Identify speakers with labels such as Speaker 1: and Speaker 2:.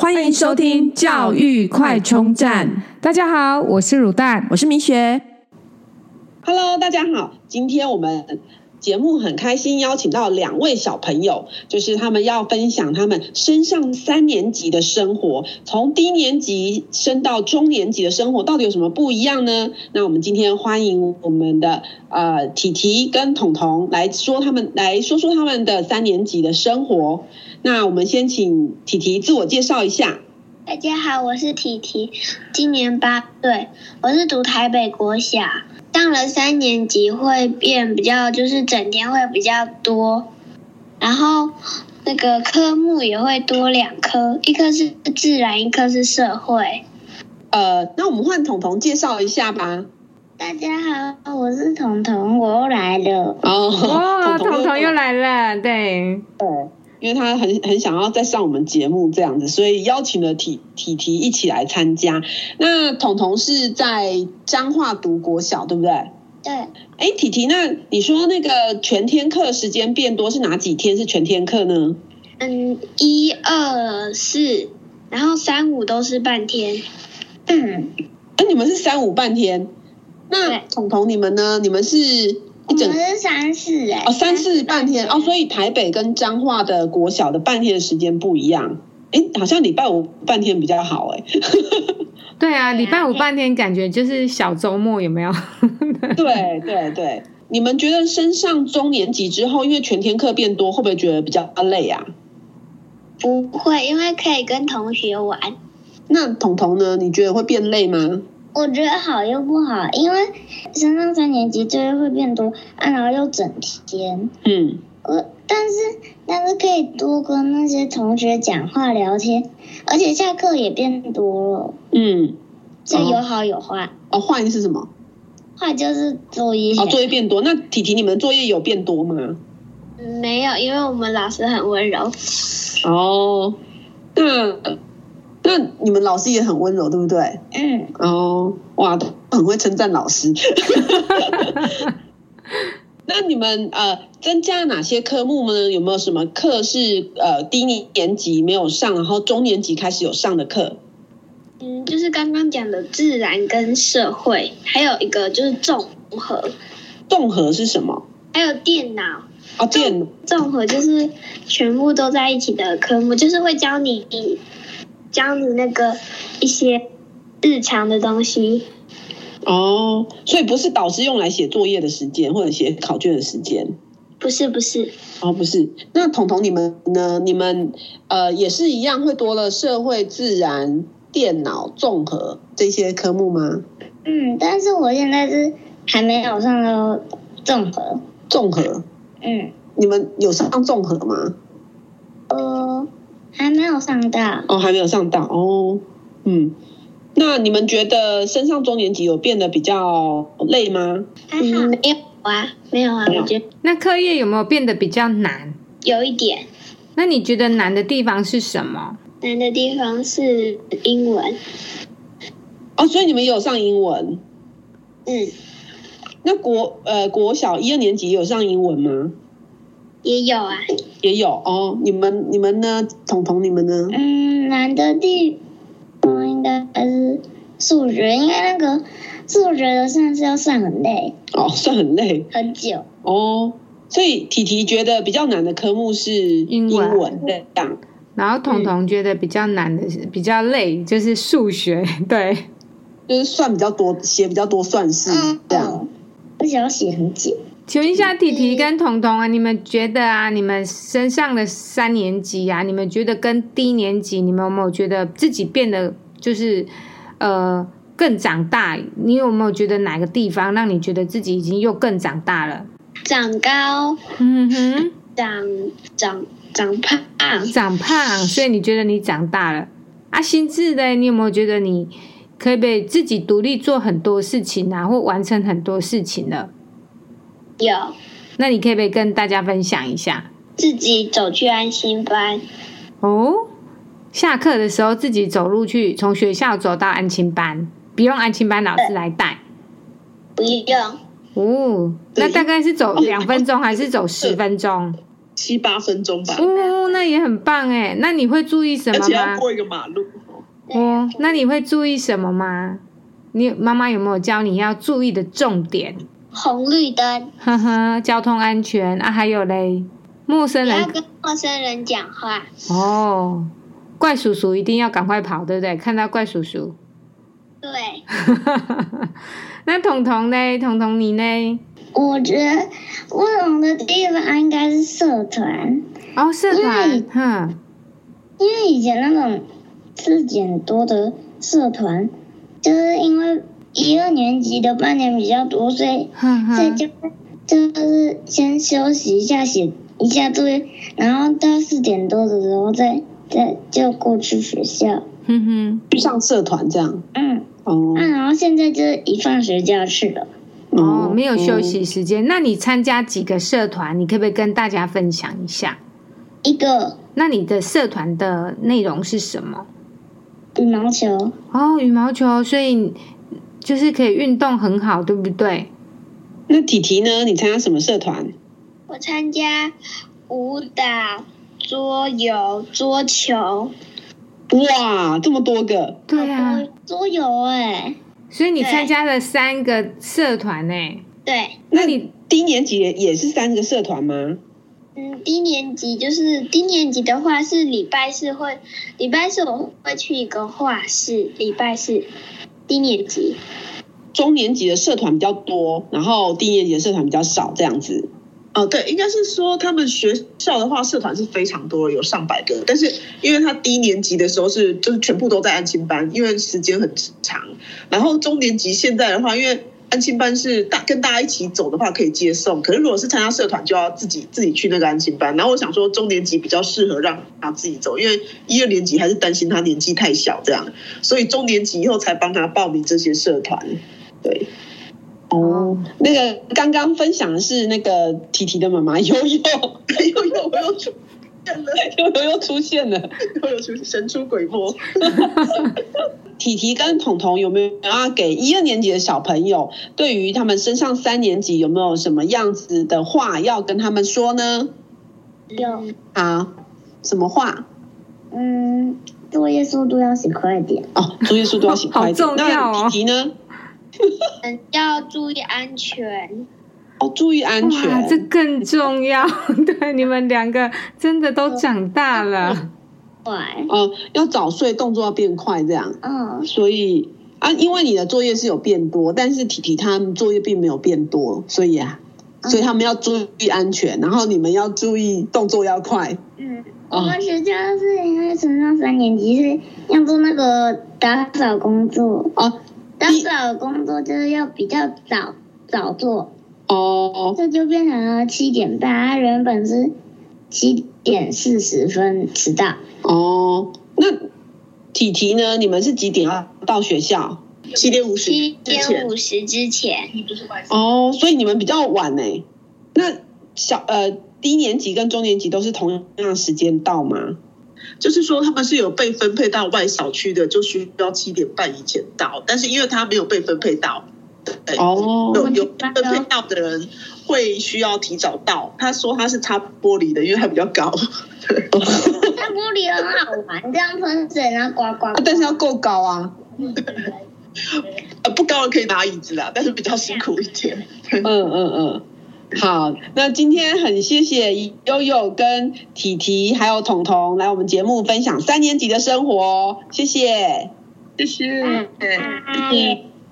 Speaker 1: 欢迎收听教育快充站。
Speaker 2: 大家好，我是乳蛋。
Speaker 1: 我是明学。
Speaker 3: Hello，大家好，今天我们节目很开心邀请到两位小朋友，就是他们要分享他们升上三年级的生活，从低年级升到中年级的生活到底有什么不一样呢？那我们今天欢迎我们的呃体体跟彤彤来说他们来说说他们的三年级的生活。那我们先请体体自我介绍一下。
Speaker 4: 大家好，我是体体，今年八岁，我是读台北国小，上了三年级会变比较，就是整天会比较多，然后那个科目也会多两科，一科是自然，一科是社会。
Speaker 3: 呃，那我们换彤彤介绍一下吧。
Speaker 4: 大家好，我是彤彤，我又来了。
Speaker 3: 哦，
Speaker 2: 哇，啊彤彤又
Speaker 3: 来。
Speaker 2: 来了，对，
Speaker 3: 因为他很很想要再上我们节目这样子，所以邀请了体体体一起来参加。那彤彤是在彰化读国小，对不对？
Speaker 4: 对，
Speaker 3: 哎，体体，那你说那个全天课时间变多是哪几天是全天课呢？
Speaker 4: 嗯，一二四，然后三五都是半天。嗯，
Speaker 3: 哎，你们是三五半天。那
Speaker 4: 对
Speaker 3: 彤彤，你们呢？你们是一整
Speaker 4: 是三四哎
Speaker 3: 哦三四半天哦，所以台北跟彰化的国小的半天的时间不一样。哎，好像礼拜五半天比较好哎。
Speaker 2: 对啊，
Speaker 4: 对啊
Speaker 2: 礼拜五半天感觉就是小周末，有没 有？
Speaker 3: 对对对，你们觉得升上中年级之后，因为全天课变多，会不会觉得比较累啊？
Speaker 4: 不会，因为可以跟同学玩。
Speaker 3: 那彤彤呢？你觉得会变累吗？
Speaker 4: 我觉得好又不好，因为升上三年级作业会变多，啊，然后又整天。
Speaker 3: 嗯，
Speaker 4: 我但是但是可以多跟那些同学讲话聊天，而且下课也变多了，
Speaker 3: 嗯，
Speaker 4: 这
Speaker 3: 哦
Speaker 4: 有好有坏。
Speaker 3: 哦，换是什么？
Speaker 4: 坏就是作业，
Speaker 3: 哦，作业变多。那体体，你们作业有变多吗？
Speaker 4: 没有，因为我们老师很温柔。
Speaker 3: 哦，那那你们老师也很温柔，对不对？
Speaker 4: 嗯，
Speaker 3: 哦，哇，都很会称赞老师。 那你们呃增加哪些科目呢？有没有什么课是呃低年级没有上，然后中年级开始有上的课？
Speaker 4: 嗯，就是刚刚讲的自然跟社会，还有一个就是综合，
Speaker 3: 综合是什么？
Speaker 4: 还有电脑。
Speaker 3: 哦，电
Speaker 4: 综合就是全部都在一起的科目，就是会教你教你那个一些日常的东西。
Speaker 3: 哦，所以不是导师用来写作业的时间或者写考卷的时间。
Speaker 4: 不是不是，
Speaker 3: 哦，不是。那彤彤你们呢？你们呃也是一样会多了社会、自然、电脑、综合这些科目吗？
Speaker 4: 嗯，但是我现在是还没有上到综合，
Speaker 3: 综合，
Speaker 4: 嗯，
Speaker 3: 你们有上综合吗？
Speaker 4: 呃，还没有上到，
Speaker 3: 哦，还没有上到哦。嗯，那你们觉得升上中年级有变得比较累吗？
Speaker 4: 还好、没有啊，没有啊，
Speaker 3: 没有
Speaker 4: 我觉得
Speaker 2: 那课业有没有变得比较难？
Speaker 4: 有一点
Speaker 2: 那你觉得难的地方是什么？
Speaker 4: 难的地方是英文，
Speaker 3: 哦，所以你们有上英文？
Speaker 4: 嗯，
Speaker 3: 那国呃国小一二年级有上英文吗？
Speaker 4: 也有啊，
Speaker 3: 也有哦。你们你们呢？彤彤你们呢？
Speaker 4: 嗯，难的地方应该还是数学，因为那个数学的算是要算很累
Speaker 3: 哦，算很累
Speaker 4: 很久。
Speaker 3: 哦。所以体体觉得比较难的科目是英
Speaker 2: 英文
Speaker 3: 文这样。
Speaker 2: 然后彤彤觉得比较难的是、比较累，就是数学， 对，
Speaker 3: 就是算比较多，写比较多算式
Speaker 2: 嗯
Speaker 3: 这样。，
Speaker 4: 而且要写很久。
Speaker 2: 请问一下，弟弟跟彤彤啊，你们觉得啊，你们升上的三年级啊，你们觉得跟低年级，你们有没有觉得自己变得就是呃更长大？你有没有觉得哪个地方让你觉得自己已经又更长大了？
Speaker 4: 长高，
Speaker 2: 嗯哼，
Speaker 4: 长长长胖，
Speaker 2: 长胖，所以你觉得你长大了啊？心智的，你有没有觉得你可以被自己独立做很多事情啊，或完成很多事情了？
Speaker 4: 有
Speaker 2: 那你可以不可以跟大家分享一下？
Speaker 4: 自己走去安心班，
Speaker 2: 哦，下课的时候自己走路去，从学校走到安亲班，不用安亲班老师来带。
Speaker 4: 不用
Speaker 2: 哦，
Speaker 3: 对
Speaker 2: 那大概是走两分钟还是走十分钟？
Speaker 3: 七八分钟吧，
Speaker 2: 哦，那也很棒哎。那你会注意什
Speaker 3: 而
Speaker 2: 么
Speaker 3: 且要
Speaker 2: 吗？
Speaker 3: 过一个马路。哦
Speaker 2: 哦，那你会注意什么吗？你妈妈有没有教你要注意的重点？
Speaker 4: 红绿灯，
Speaker 2: 呵呵，交通安全啊，还有嘞，陌生
Speaker 4: 不要
Speaker 2: 人
Speaker 4: 跟陌生人讲话。
Speaker 2: 哦，怪叔叔一定要赶快跑，对不对？看到怪叔叔，
Speaker 4: 对，
Speaker 2: 那彤彤呢？彤彤你呢？
Speaker 4: 我觉得不同的地方应该是社团，
Speaker 2: 哦，社团，哼，
Speaker 4: 因为以前那种字简多的社团，就是因为一二年级的半年比较多，所以
Speaker 2: 哼
Speaker 4: 所以
Speaker 2: 哼，
Speaker 4: 就就是先休息一下，写一下作业，然后到四点多的时候再再就过去学校。
Speaker 2: 哼哼，
Speaker 3: 去上社团这样。
Speaker 4: 嗯，
Speaker 3: 哦嗯
Speaker 4: 那、然后现在就是一放学就要去了。
Speaker 2: 哦，没有休。息时间。那你参加几个社团？你可不可以跟大家分享一下？
Speaker 4: 一个
Speaker 2: 那你的社团的内容是什么？
Speaker 4: 羽毛球，
Speaker 2: 哦，羽毛球，所以就是可以运动很好，对不对？
Speaker 3: 嗯那体体呢？你参加什么社团？
Speaker 4: 我参加舞蹈、桌游、桌球，
Speaker 3: 哇，这么多个，
Speaker 2: 对啊，
Speaker 4: 桌游哎、
Speaker 2: 所以你
Speaker 4: 对
Speaker 2: 参加了三个社团呢、
Speaker 4: 对，
Speaker 2: 那你
Speaker 3: 低年级也也是三个社团吗？
Speaker 4: 嗯，低年级就是低年级的话是礼拜四会，礼拜四我会去一个画室，礼拜四低年级。
Speaker 3: 中年级的社团比较多，然后低年级的社团比较少，这样子。哦，对，应该是说他们学校的话，社团是非常多的，有上百个。但是因为他低年级的时候是就是全部都在安亲班，因为时间很长。然后中年级现在的话，因为安亲班是大跟大家一起走的话可以接送，可是如果是参加社团就要自己自己去那个安亲班。然后我想说中年级比较适合让他自己走，因为一二年级还是担心他年纪太小这样，所以中年级以后才帮他报名这些社团。对。哦，那个刚刚分享的是那个提提的妈妈悠悠，悠悠我又出现了，悠悠 又出现了，悠悠出神出鬼 没。提提跟彤彤有没有要给一二年级的小朋友，对于他们升上三年级有没有什么样子的话要跟他们说呢？
Speaker 4: 有，
Speaker 3: 啊，什么话？
Speaker 4: 嗯，作业速度要写快点。
Speaker 3: 哦，作业速度要写快一 点。
Speaker 2: 好重要哦
Speaker 3: 那提提呢？
Speaker 4: 嗯，要注意安全。
Speaker 3: 哦，注意安
Speaker 2: 哇，
Speaker 3: 全。
Speaker 2: 这更重要。 对，你们两个真的都长大了。
Speaker 4: 对，
Speaker 3: 呃，要早睡，动作要变快，这样。
Speaker 4: 嗯，
Speaker 3: 所以啊，因为你的作业是有变多，但是体体他们作业并没有变多，所以啊，所以他们要注意安全，然后你们要注意动作要快。
Speaker 4: 嗯，我
Speaker 3: 哦
Speaker 4: 们学校是因为升上三年级是要做那个打扫工作，
Speaker 3: 哦
Speaker 4: 打
Speaker 3: 你
Speaker 4: 扫工作就是要比较早早做，
Speaker 3: 哦
Speaker 4: 这就变成了七点半，它原本是七点四十分迟到，
Speaker 3: 哦，那体体呢？你们是几点要到学校？啊七点五十
Speaker 4: 七点五十之前。
Speaker 3: 哦，所以你们比较晚呢、那小呃低年级跟中年级都是同样时间到吗？
Speaker 5: 就是说他们是有被分配到外小区的，就需要七点半以前到，但是因为他没有被分配到，对，
Speaker 3: 哦
Speaker 5: 有有被分配到的人会需要提早到。他说他是擦玻璃的，因为他比较高，对，
Speaker 4: 它玻璃很好玩，这样喷水然后刮刮
Speaker 3: 啊，但是要够高啊。
Speaker 5: 呃不高的可以拿椅子啦，但是比较辛苦一点。
Speaker 3: 嗯嗯嗯，好，那今天很谢谢悠悠跟体体还有彤彤来我们节目分享三年级的生活哦，谢谢，
Speaker 5: 谢谢。